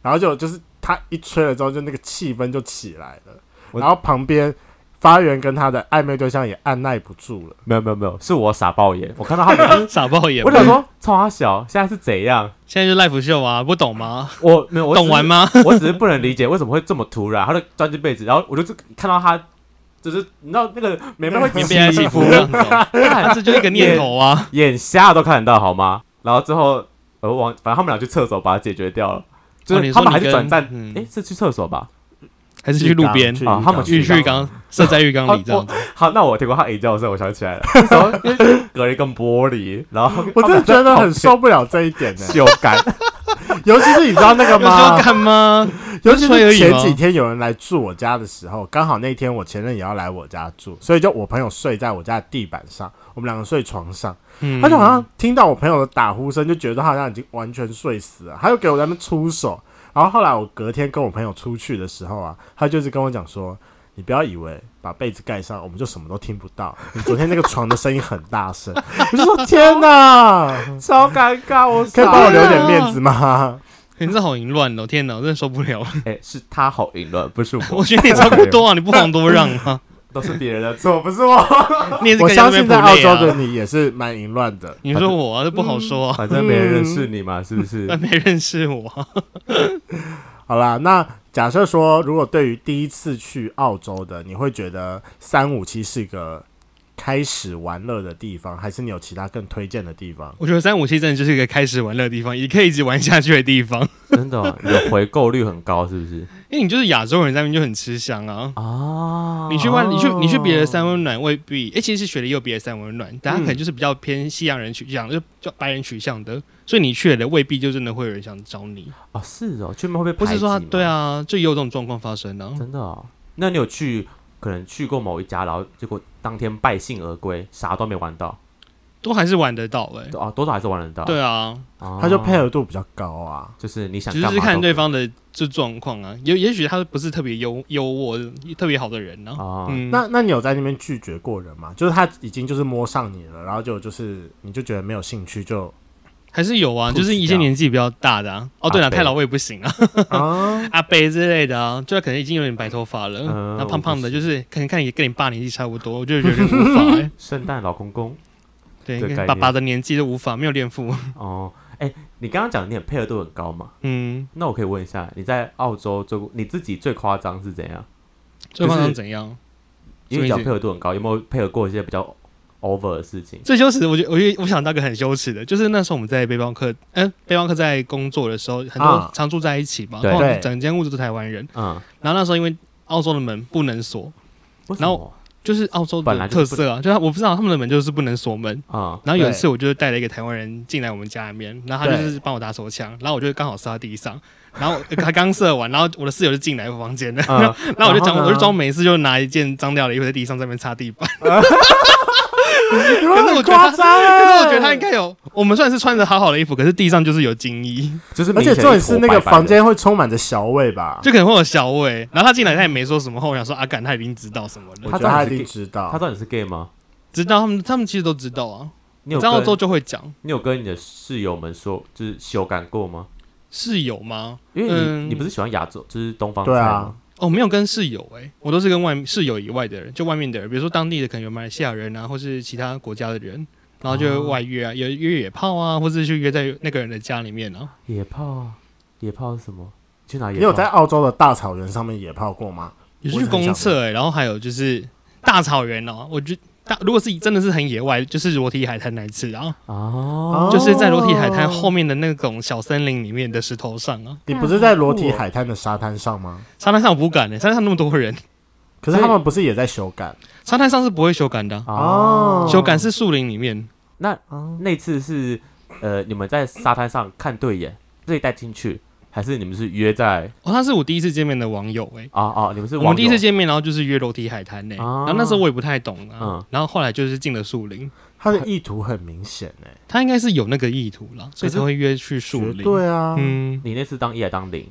Speaker 1: 然后就就是他一吹了之后，就那个气氛就起来了，
Speaker 2: 我
Speaker 1: 然后旁边发源跟他的暧昧对象也按耐不住了。
Speaker 2: 没有没有没有，是我傻爆眼，我看到他们 就是，
Speaker 3: 傻爆眼
Speaker 2: 我。想说，冲他小，现在是怎样？
Speaker 3: 现在就 live 秀啊，不懂吗？
Speaker 2: 我没有，我只是
Speaker 3: 懂玩？吗？
Speaker 2: 我只是不能理解为什么会这么突然，他就钻进被子，然后我就看到他，就是你知道那个妹妹会
Speaker 3: 你
Speaker 2: 起
Speaker 3: 被爱欺负这样子哦，
Speaker 2: 看
Speaker 3: 这就一个念头啊。
Speaker 2: 眼瞎都看得到好吗？然后之后呃往，反正他们俩去厕所把它解决掉了，就
Speaker 3: 哦你
Speaker 2: 是
Speaker 3: 说
Speaker 2: 他们还
Speaker 3: 你
Speaker 2: 是
Speaker 3: 跟
Speaker 2: 转站，
Speaker 3: 嗯
Speaker 2: 诶，是去厕所吧？
Speaker 3: 还是去路边
Speaker 1: 浴缸
Speaker 2: 啊他们
Speaker 3: 浴
Speaker 2: 去
Speaker 3: 浴缸，射在浴缸里这样子。
Speaker 2: 好，哦那我听过他吟叫的声，我想起来了，那时候因为隔了一根玻璃，然后
Speaker 1: 我真的觉得很
Speaker 2: 受
Speaker 1: 受不了这一点呢、
Speaker 2: 羞感，
Speaker 1: 尤其是你知道那个
Speaker 3: 有
Speaker 1: 吗
Speaker 3: 要？干吗？
Speaker 1: 尤其
Speaker 3: 吹而
Speaker 1: 是
Speaker 3: 已
Speaker 1: 前
Speaker 3: 吗
Speaker 1: 几天有人来住我家的时候，刚好那天我前任也要来我家住，所以就我朋友睡在我家的地板上，我们两个睡床上，
Speaker 3: 嗯
Speaker 1: 他就好像听到我朋友的打呼声，就觉得他好像已经完全睡死了，他就给我在那边出手。然后后来我隔天跟我朋友出去的时候啊，他就是跟我讲说：“你不要以为把被子盖上，我们就什么都听不到。你昨天那个床的声音很大声。”我就说：“天哪，
Speaker 2: 超尴尬，我
Speaker 1: 可以
Speaker 2: 傻
Speaker 1: 帮我
Speaker 2: 了。
Speaker 1: 留点面子吗
Speaker 3: 你这好淫乱哦！天哪，我真的受不了。
Speaker 2: 哎、是他好淫乱，不是我，
Speaker 3: 我觉得你差不多啊，你不遑多让吗？
Speaker 2: 都是别人的错， 不是我。
Speaker 3: 你也？”是
Speaker 1: 我
Speaker 3: 可以在
Speaker 1: 相
Speaker 3: 那边
Speaker 1: 信在澳洲
Speaker 3: 普内
Speaker 1: 的
Speaker 3: 啊。
Speaker 1: 你也是蛮淫乱的。
Speaker 3: 你说我啊，这不好说啊，
Speaker 2: 反正没人认识你 嘛，是不是？
Speaker 3: 但没认识我啊。
Speaker 1: 好啦，那假设说，如果对于第一次去澳洲的，你会觉得三五七是一个开始玩乐的地方，还是你有其他更推荐的地方？
Speaker 3: 我觉得三五七真的就是一个开始玩乐的地方，也可以一直玩下去的地方。
Speaker 2: 真的、哦，你的回购率很高，是不是？
Speaker 3: 因为你就是亚洲人，在那边就很吃香啊。
Speaker 2: 啊，
Speaker 3: 你去外，你去你去别的三温暖未必，哎、其实雪梨也有别的三温暖，但它可能就是比较偏西洋人取向，就就白人取向的，所以你去了未必就真的会有人想找你，
Speaker 2: 哦，是哦，去那边会被
Speaker 3: 不是说
Speaker 2: 排
Speaker 3: 他
Speaker 2: 挤吗
Speaker 3: 对，啊，就也有这种状况发生啊呢、
Speaker 2: 真的哦。那你有去可能去过某一家，然后结果当天败兴而归，啥都没玩到，
Speaker 3: 都还是玩得到哎、
Speaker 2: 哦，多少还是玩得到。
Speaker 3: 对啊，
Speaker 2: 哦，
Speaker 1: 它就配合度比较高啊。
Speaker 2: 就是你想
Speaker 3: 只
Speaker 2: 干嘛
Speaker 3: 是
Speaker 2: 都
Speaker 3: 看对方的这状况啊，也也许他不是特别优优渥、特别好的人呢、
Speaker 2: 哦
Speaker 3: 嗯，
Speaker 1: 那那你有在那边拒绝过人吗？就是他已经就是摸上你了，然后就就是你就觉得没有兴趣 就
Speaker 3: 还是有啊，
Speaker 1: 不知
Speaker 3: 就
Speaker 1: 道
Speaker 3: 是一些年纪比较大的啊。哦，对了，
Speaker 2: 阿伯
Speaker 3: 太老我也不行啊，
Speaker 1: 啊，
Speaker 3: 阿伯之类的啊，就他可能已经有点白头发了，
Speaker 2: 嗯
Speaker 3: 那、胖胖的，
Speaker 2: 我不
Speaker 3: 就是可能看也跟你爸年纪差不多，我就觉得有点 无法、欸。
Speaker 2: 圣诞老公公
Speaker 3: 对，
Speaker 2: 这
Speaker 3: 跟
Speaker 2: 概
Speaker 3: 爸
Speaker 2: 念
Speaker 3: 爸的年纪都无法没有恋父。
Speaker 2: 哦。哎，你刚刚讲你很配合度很高嘛？
Speaker 3: 嗯，
Speaker 2: 那我可以问一下，你在澳洲最你自己最夸张是怎样？
Speaker 3: 最夸
Speaker 2: 就
Speaker 3: 张
Speaker 2: 是
Speaker 3: 怎样？
Speaker 2: 因为你讲
Speaker 3: 什么意思
Speaker 2: 配合度很高，有没有配合过一些比较 over 的事情？
Speaker 3: 最羞耻的，我觉得我觉得我想到一个很羞耻的，就是那时候我们在背包客，嗯、背包客在工作的时候，很多
Speaker 1: 啊
Speaker 3: 常住在一起嘛，
Speaker 2: 对
Speaker 3: 然后
Speaker 1: 对
Speaker 3: 整间屋子都是台湾人。
Speaker 2: 嗯，
Speaker 3: 然后那时候因为澳洲的门不能锁，
Speaker 2: 为什
Speaker 3: 然后
Speaker 2: 么
Speaker 3: 就是澳洲
Speaker 2: 本
Speaker 3: 的
Speaker 2: 来
Speaker 3: 特
Speaker 2: 就是不
Speaker 3: 色啊，就是我不知道他们的门就是不能锁门。
Speaker 2: 啊，
Speaker 3: 然后有一
Speaker 1: 对
Speaker 3: 次，我就带了一个台湾人进来我们家里面，然后他就
Speaker 1: 对
Speaker 3: 是帮我打手枪，然后我就刚好射到地上，然后 他刚射完，然后我的室友就进来我房间 了，
Speaker 2: 嗯
Speaker 3: 然后我就
Speaker 1: 然
Speaker 3: 装，
Speaker 1: 后呢
Speaker 3: 我就装没事，就拿一件脏掉的衣服在地上在那边擦地 板。可是我觉得他
Speaker 1: 夸张啊！
Speaker 3: 可是我觉得他应该有，我们虽然是穿着好好的衣服，可是地上就是有精衣，
Speaker 2: 就是
Speaker 1: 而
Speaker 2: 明
Speaker 1: 且
Speaker 2: 显
Speaker 1: 重点
Speaker 2: 一
Speaker 1: 是
Speaker 2: 坨
Speaker 1: 那个
Speaker 2: 白白的
Speaker 1: 房间会充满着小味吧？
Speaker 3: 就可能会有小味。然后他进来，他也没说什么话，我想说阿敢他已经知道什么
Speaker 2: 我
Speaker 1: 他知
Speaker 2: 觉得
Speaker 3: 了，
Speaker 1: 道他一
Speaker 2: 还是
Speaker 1: 定
Speaker 2: 给
Speaker 1: 知道
Speaker 2: 他知，道你是 gay 吗？
Speaker 3: 知道他们他们其实都知道啊，
Speaker 2: 你有
Speaker 3: 在澳洲
Speaker 2: 跟
Speaker 3: 就会讲
Speaker 2: 你有跟你的室友们说，就是修改过吗？
Speaker 3: 室友吗？
Speaker 2: 因为你、
Speaker 3: 嗯
Speaker 2: 你不是喜欢亚洲，就是东方菜
Speaker 1: 对
Speaker 2: 吗？
Speaker 1: 啊，
Speaker 3: 哦，没有跟室友哎、我都是跟外室友以外的人，就外面的人，比如说当地的可能有马来西亚人啊，或是其他国家的人，然后就外约啊，有约野炮啊，或者去约在那个人的家里面啊。
Speaker 2: 野炮啊，野炮是什么？去哪野
Speaker 1: 你
Speaker 2: 炮？
Speaker 1: 有在澳洲的大草原上面野炮过吗？
Speaker 3: 也是去公厕、欸，然后还有就是大草原哦、我觉得大如果是真的是很野外，就是裸体海滩那一次，然后
Speaker 2: 啊？
Speaker 3: 就是在裸体海滩后面的那种小森林里面的石头上啊，
Speaker 1: 你不是在裸体海滩的沙滩上吗？
Speaker 3: 沙滩上我不敢的、欸沙滩上那么多人，
Speaker 1: 可是他们不是也在修改
Speaker 3: 沙滩上是不会修改的啊、
Speaker 2: 哦，
Speaker 3: 修改是树林里面，
Speaker 2: 那次是呃，你们在沙滩上看对眼，自己带进去，还是你们是约在
Speaker 3: 哦，他是我第一次见面的网友哎、
Speaker 2: 啊啊？你们是
Speaker 3: 我们第一次
Speaker 2: 见
Speaker 3: 见面，然后就是约楼梯海滩呢、
Speaker 2: 啊
Speaker 3: 然后那时候我也不太懂啊，
Speaker 2: 嗯
Speaker 3: 然后后来就是进了树林，
Speaker 1: 他的意图很明显哎、
Speaker 3: 他应该是有那个意图了，所以
Speaker 2: 可是
Speaker 3: 才会约去树
Speaker 1: 绝
Speaker 3: 林。
Speaker 1: 对啊，
Speaker 3: 嗯，
Speaker 2: 你那次当一还当零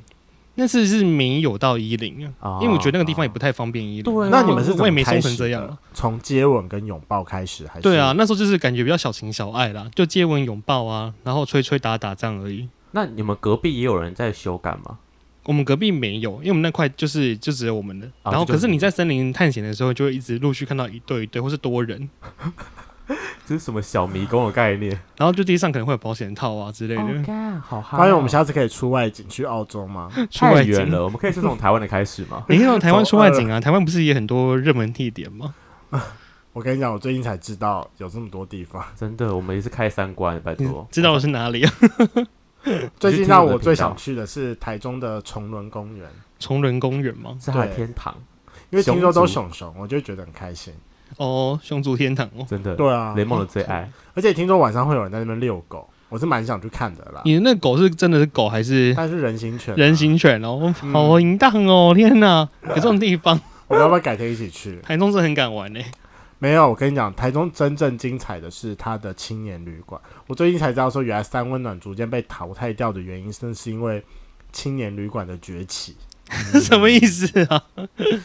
Speaker 3: 那次是没有到一零啊，
Speaker 2: 啊？
Speaker 3: 因为我觉得那个地方也不太方便一零。
Speaker 2: 对啊
Speaker 1: 那你们是
Speaker 3: 我
Speaker 1: 怎
Speaker 3: 我也
Speaker 1: 么
Speaker 3: 没
Speaker 1: 开
Speaker 3: 松
Speaker 1: 始
Speaker 3: 成这样
Speaker 1: 的
Speaker 3: 啊。
Speaker 1: 从接吻跟拥抱开始还是？
Speaker 3: 对啊，，那时候就是感觉比较小情小爱啦，就接吻拥抱啊，然后吹吹打打这样而已。
Speaker 2: 那你们隔壁也有人在修改吗？
Speaker 3: 我们隔壁没有，因为我们那块就是就只有我们的。
Speaker 2: 啊
Speaker 3: 然后
Speaker 2: 就只有
Speaker 3: 可是
Speaker 2: 你
Speaker 3: 你在森林探险的时候，就会一直陆续看到一对一对或是多人，
Speaker 2: 这是什么小迷宫的概念？
Speaker 3: 然后就地上可能会有保险套啊之类的。
Speaker 2: 干，好嗨哦！
Speaker 1: 欢迎我们下次可以出外景去澳洲 吗？
Speaker 3: 出
Speaker 2: 太
Speaker 3: 外 景
Speaker 2: 远了，我们可以是从台湾的开始吗？
Speaker 3: 你可以从台湾出外景
Speaker 1: 走
Speaker 3: 啊，台湾不是也很多热门地点吗？
Speaker 1: 我跟你讲，我最近才知道有这么多地 方。
Speaker 2: 真的，我们也是开三关，拜
Speaker 3: 你
Speaker 2: 托。
Speaker 3: 知道的是哪里啊？
Speaker 1: 最近让我最想
Speaker 2: 去
Speaker 1: 去的是台中的崇伦公园，
Speaker 3: 崇仁公园吗？
Speaker 2: 是他的
Speaker 1: 对
Speaker 2: 天堂，
Speaker 1: 因为听说都
Speaker 2: 熊
Speaker 1: 熊熊，我就觉得很开心。
Speaker 3: 哦，熊族天堂哦。
Speaker 2: 真的，
Speaker 1: 对啊
Speaker 2: 雷，梦的最爱。
Speaker 1: 而且听说晚上会有人在那边遛狗，我是蛮想去看的啦。
Speaker 3: 你的那狗是真的是狗还是
Speaker 1: 但是人形犬、啊
Speaker 3: 人，形犬哦？
Speaker 1: 嗯
Speaker 3: 好淫荡哦！天哪，有这种地方，
Speaker 1: 我们要不要改天一起去？
Speaker 3: 台中是很敢玩呢。
Speaker 1: 没有，我跟你讲，台中真正精彩的是它的青年旅馆。我最近才知道说，原来三温暖逐渐被淘汰掉的原因，正是因为青年旅馆的崛起。
Speaker 3: 这什么意思啊？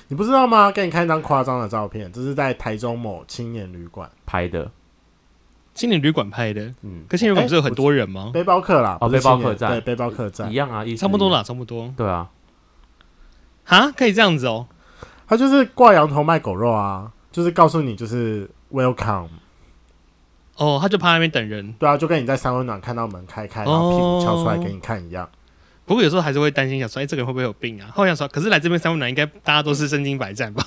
Speaker 1: 你不知道吗？给你看一张夸张的照片，这是在台中某青年旅馆，
Speaker 2: 拍的，
Speaker 3: 青年旅馆拍的，
Speaker 2: 嗯，
Speaker 3: 可青年旅馆不是有很多人吗？
Speaker 1: 背包客啦，
Speaker 2: 哦
Speaker 1: 不是
Speaker 2: 背包
Speaker 1: 青年
Speaker 2: 客栈
Speaker 1: 对，背包客栈
Speaker 2: 一，样啊，意思
Speaker 3: 差不多
Speaker 2: 一样。
Speaker 3: 啦，差不多。
Speaker 2: 对啊，
Speaker 3: 哈，可以这样子哦。
Speaker 1: 他就是挂羊头卖狗肉啊，就是告诉你就是 welcome，
Speaker 3: 哦，他就趴在那边等人，
Speaker 1: 对啊，就跟你在三温暖看到门开开，然
Speaker 2: 哦
Speaker 1: 后屁股翘出来给你看一样。
Speaker 3: 不过有时候还是会担心，想说，哎，这个人会不会有病啊？后来想说，可是来这边三温暖应该大家都是身经百战吧？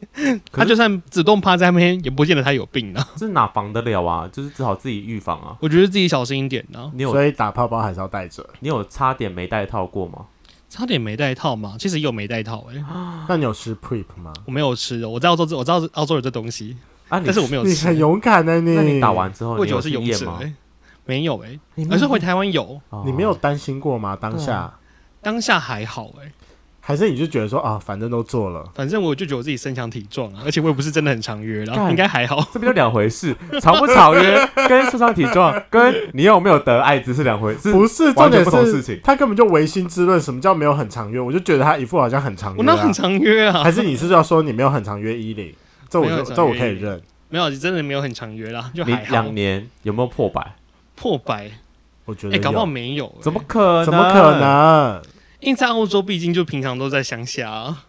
Speaker 3: 他就算主动趴在那边，也不见得他有病啊。
Speaker 2: 这哪防得了啊？就是只好自己预防啊。
Speaker 3: 我觉得自己小心一点啊。
Speaker 2: 你有
Speaker 1: 所以打泡泡还是要带着。
Speaker 2: 你有差点没带套过吗？
Speaker 3: 差点没带套嘛，其实也有没带套哎、
Speaker 2: 啊
Speaker 1: 那你有吃 prep 吗？
Speaker 3: 我没有吃的。我在澳洲，我知道澳洲有这东西，
Speaker 2: 啊，你
Speaker 3: 但是我没有
Speaker 1: 你
Speaker 3: 吃
Speaker 1: 很。勇敢的、
Speaker 2: 那
Speaker 1: 你
Speaker 2: 你打完之后，
Speaker 3: 我
Speaker 2: 你
Speaker 3: 觉
Speaker 2: 有
Speaker 3: 得是
Speaker 2: 去
Speaker 3: 勇
Speaker 2: 验
Speaker 3: 者
Speaker 2: 吗
Speaker 3: 哎、？没有哎、
Speaker 2: 你没
Speaker 3: 而
Speaker 2: 有
Speaker 3: 是回台湾有，
Speaker 2: 哦
Speaker 1: 你没有担心过吗？当
Speaker 2: 对
Speaker 1: 下
Speaker 3: 当下还好哎、
Speaker 1: 还是你就觉得说啊，反正都做了，
Speaker 3: 反正我就觉得我自己身强体壮啊，而且我也不是真的很常约啦，然后
Speaker 2: 干啊
Speaker 3: 应该还好。
Speaker 2: 这不就两回事， 长不长约跟受伤体壮，跟你有没有得艾滋是两回事。
Speaker 1: 不是重
Speaker 2: 完全
Speaker 1: 点
Speaker 2: 不同
Speaker 1: 是
Speaker 2: 事情
Speaker 1: 他根本就唯心之论，什么叫没有很常约？我就觉得他一副好像很常
Speaker 3: 我
Speaker 1: 约、
Speaker 3: 那
Speaker 1: 啊，
Speaker 3: 很常约啊，
Speaker 1: 还是你是要说你没有很常约伊林？这我
Speaker 3: 没有
Speaker 1: 就
Speaker 3: 很常
Speaker 1: 这我
Speaker 3: 约
Speaker 1: 可以
Speaker 3: 伊林
Speaker 1: 认。
Speaker 3: 没有真的没有很常约啦，就
Speaker 2: 你
Speaker 3: 还好
Speaker 2: 两。年有没有破百？
Speaker 3: 破百
Speaker 1: 我觉
Speaker 3: 哎、
Speaker 1: 得
Speaker 3: 搞不
Speaker 1: 有
Speaker 3: 好没有、欸
Speaker 2: 怎么？可能？
Speaker 1: 怎么可？能？
Speaker 3: 因为在澳洲，毕竟就平常都在乡下、啊，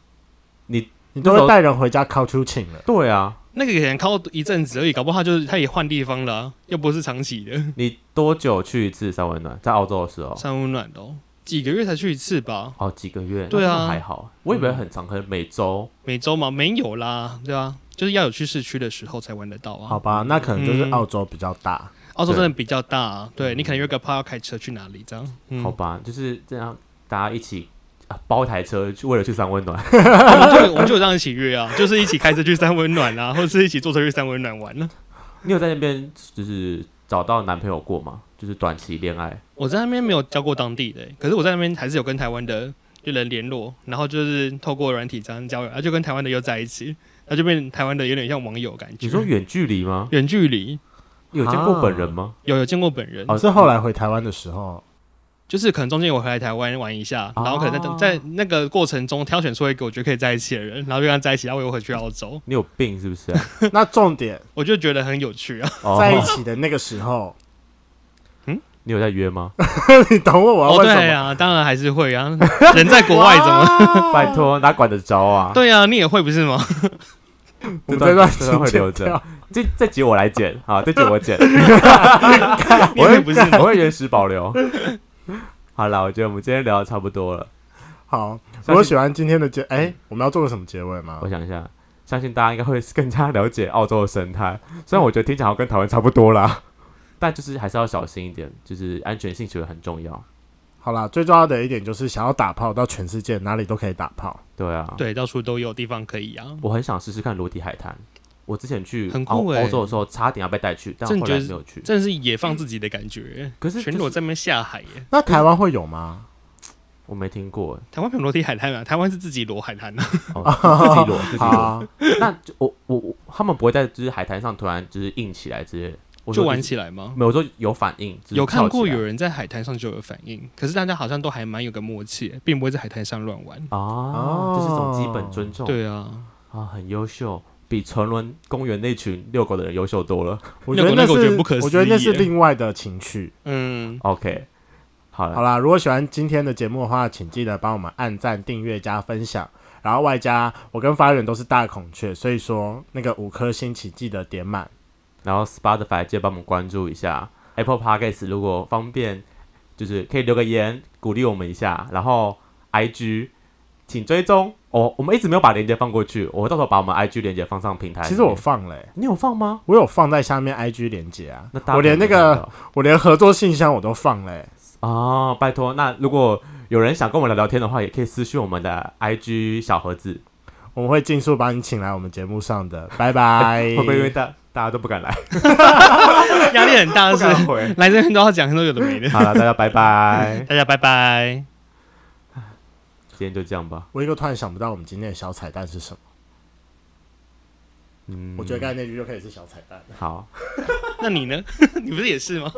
Speaker 1: 你都会带人回家靠出请了。
Speaker 2: 对啊，
Speaker 3: 那个可能靠一阵子而已，搞不好他就是他也换地方了啊、又不是长期的。
Speaker 2: 你多久去一次三温暖？在澳洲的时候，
Speaker 3: 三温暖哦，几个月才去一次吧？
Speaker 2: 哦，几个月？
Speaker 3: 对啊
Speaker 2: 那还好。我以为很长，可能每周。
Speaker 3: 每周嘛，没有啦，对啊，就是要有去市区的时候才玩得到啊。
Speaker 1: 好吧，那可能就是
Speaker 3: 嗯
Speaker 1: 澳洲比较大。
Speaker 3: 澳洲真的比较大、啊，对你可能约个趴要开车去哪里这样。嗯
Speaker 2: 好，吧，就是这样，大家一起啊包一台车，去为了去三温暖。
Speaker 3: 我们就我们就这样一起约啊，就是一起开车去三温暖啊，或者是一起坐车去三温暖玩啊呢、
Speaker 2: 你有在那边就是找到男朋友过吗？就是短期恋爱，
Speaker 3: 我在那边没有交过当地的欸、可是我在那边还是有跟台湾的就人联络，然后就是透过软体这样交友，然后就跟台湾的又在一起，那就变台湾的有点像网友的感觉。
Speaker 2: 你说远距离吗？
Speaker 3: 远距离
Speaker 2: 你有见过本人吗？
Speaker 3: 有有见过本人，
Speaker 2: 哦
Speaker 1: 是后来回台湾的时候，
Speaker 3: 就是可能中间我回来台湾玩一下，然后可能在、
Speaker 2: 哦
Speaker 3: 在那个过程中挑选出一个我觉得可以在一起的人，然后就跟他在一起，然后我又回去澳洲，
Speaker 2: 你有病是不是、啊？
Speaker 1: 那重点
Speaker 3: 我就觉得很有趣啊。
Speaker 2: 哦
Speaker 1: 在一起的那个时候，
Speaker 2: 你有在约吗？
Speaker 1: 你懂我我要
Speaker 3: 哦，
Speaker 1: 问
Speaker 3: 对
Speaker 1: 什么？
Speaker 3: 啊，当然还是会啊，人在国外怎么？
Speaker 1: 么
Speaker 2: 拜，托，哪管得着啊？
Speaker 3: 对啊，你也会不是吗？
Speaker 1: 我们这段
Speaker 2: 这段会
Speaker 1: 剪
Speaker 2: 留
Speaker 1: 掉
Speaker 2: 着。这这集我来剪啊，这集我剪，
Speaker 3: 你也会不是吗？
Speaker 2: 我会原始保留。好了，我觉得我们今天聊的差不多了。
Speaker 1: 好，如
Speaker 2: 相
Speaker 1: 果
Speaker 2: 信
Speaker 1: 喜欢今天的结，哎、
Speaker 3: 嗯
Speaker 1: 我们要做个什么结尾吗
Speaker 2: 我？想一下，相信大家应该会更加了解澳洲的生态。虽然我觉得听起来好像跟台湾差不多啦，但就是还是要小心一点，就是安全性其实很重要。
Speaker 1: 好啦，最重要的一点就是想要打炮，到全世界哪里都可以打炮。
Speaker 2: 对啊，
Speaker 3: 对，到处都有地方可以啊。
Speaker 2: 我很想试试看裸体海滩。我之前去
Speaker 3: 很
Speaker 2: 澳
Speaker 3: 酷欸
Speaker 2: 欧洲的时候，差点要被带去，但
Speaker 3: 这你
Speaker 2: 后
Speaker 3: 觉
Speaker 2: 来
Speaker 3: 得
Speaker 2: 没有去。
Speaker 3: 真的是野放自己的感觉，
Speaker 2: 可是
Speaker 3: 全
Speaker 2: 就
Speaker 3: 裸
Speaker 2: 是
Speaker 3: 在那边下海耶。
Speaker 1: 那台湾会有吗？
Speaker 2: 我没听 过欸，
Speaker 3: 台湾没有裸体海滩啊，台湾是自己裸海滩啊。
Speaker 2: 哦自己裸
Speaker 3: 嗯
Speaker 2: 自己
Speaker 1: 好
Speaker 2: 裸。
Speaker 1: 啊，
Speaker 2: 那就我我我他们不会在就是海滩上突然就是硬起来之类的，我
Speaker 3: 就
Speaker 2: 说
Speaker 3: 玩
Speaker 2: 是
Speaker 3: 起来吗？
Speaker 2: 没有我说有反应，就是
Speaker 3: 有看
Speaker 2: 跳起
Speaker 3: 过
Speaker 2: 来
Speaker 3: 有人在海滩上就有反应，可是大家好像都还蛮有个默契，并不会在海滩上乱玩。
Speaker 2: 啊，这是一种基本尊重。
Speaker 3: 对啊，
Speaker 2: 啊，很优秀，比纯伦公园那群遛狗的人优秀多了。
Speaker 1: 我觉得
Speaker 3: 那
Speaker 1: 那是
Speaker 3: 个我觉得不可思议
Speaker 1: 我觉得那是
Speaker 3: 耶
Speaker 1: 另外的情趣。
Speaker 3: 嗯，
Speaker 2: OK，好了，
Speaker 1: 好啦，如果喜欢今天的节目的话，请记得帮我们按赞、订阅、加分享。然后外加我跟发源都是大孔雀，所以说那个五颗星请记得点满。
Speaker 2: 然后 Spotify 记得帮我们关注一下，Apple Podcast 如果方便，就是可以留个言鼓励我们一下，然后 IG 请追踪。哦，我们一直没有把链接放过去，我到时候把我们 IG 链接放上平台
Speaker 3: 哎
Speaker 2: 里面。
Speaker 1: 其实我放了欸、
Speaker 2: 你有放吗？
Speaker 1: 我有放在下面 IG 连接啊
Speaker 2: 那，大家
Speaker 1: 我连那
Speaker 2: 可能没看
Speaker 1: 个
Speaker 2: 到
Speaker 1: 我连合作信箱我都放了欸、
Speaker 2: 哦，拜托，那如果有人想跟我们聊聊天的话，也可以私讯我们的 IG 小盒子，
Speaker 1: 我们会尽速把你请来我们节目上 的。拜拜
Speaker 2: 会。不会因为大大家都不敢来，
Speaker 3: 压力很大，
Speaker 2: 不
Speaker 3: 是
Speaker 2: 敢回？
Speaker 3: 来这边都要讲很多有的没的。
Speaker 2: 好了，大家拜拜，
Speaker 3: 大家拜拜。
Speaker 2: 今天就这样吧。
Speaker 1: 我一个突然想不到我们今天的小彩蛋是什么，
Speaker 2: 嗯，
Speaker 1: 我觉得刚才那句就可以是小彩蛋。
Speaker 2: 好。
Speaker 3: 那你呢？你不是也是吗？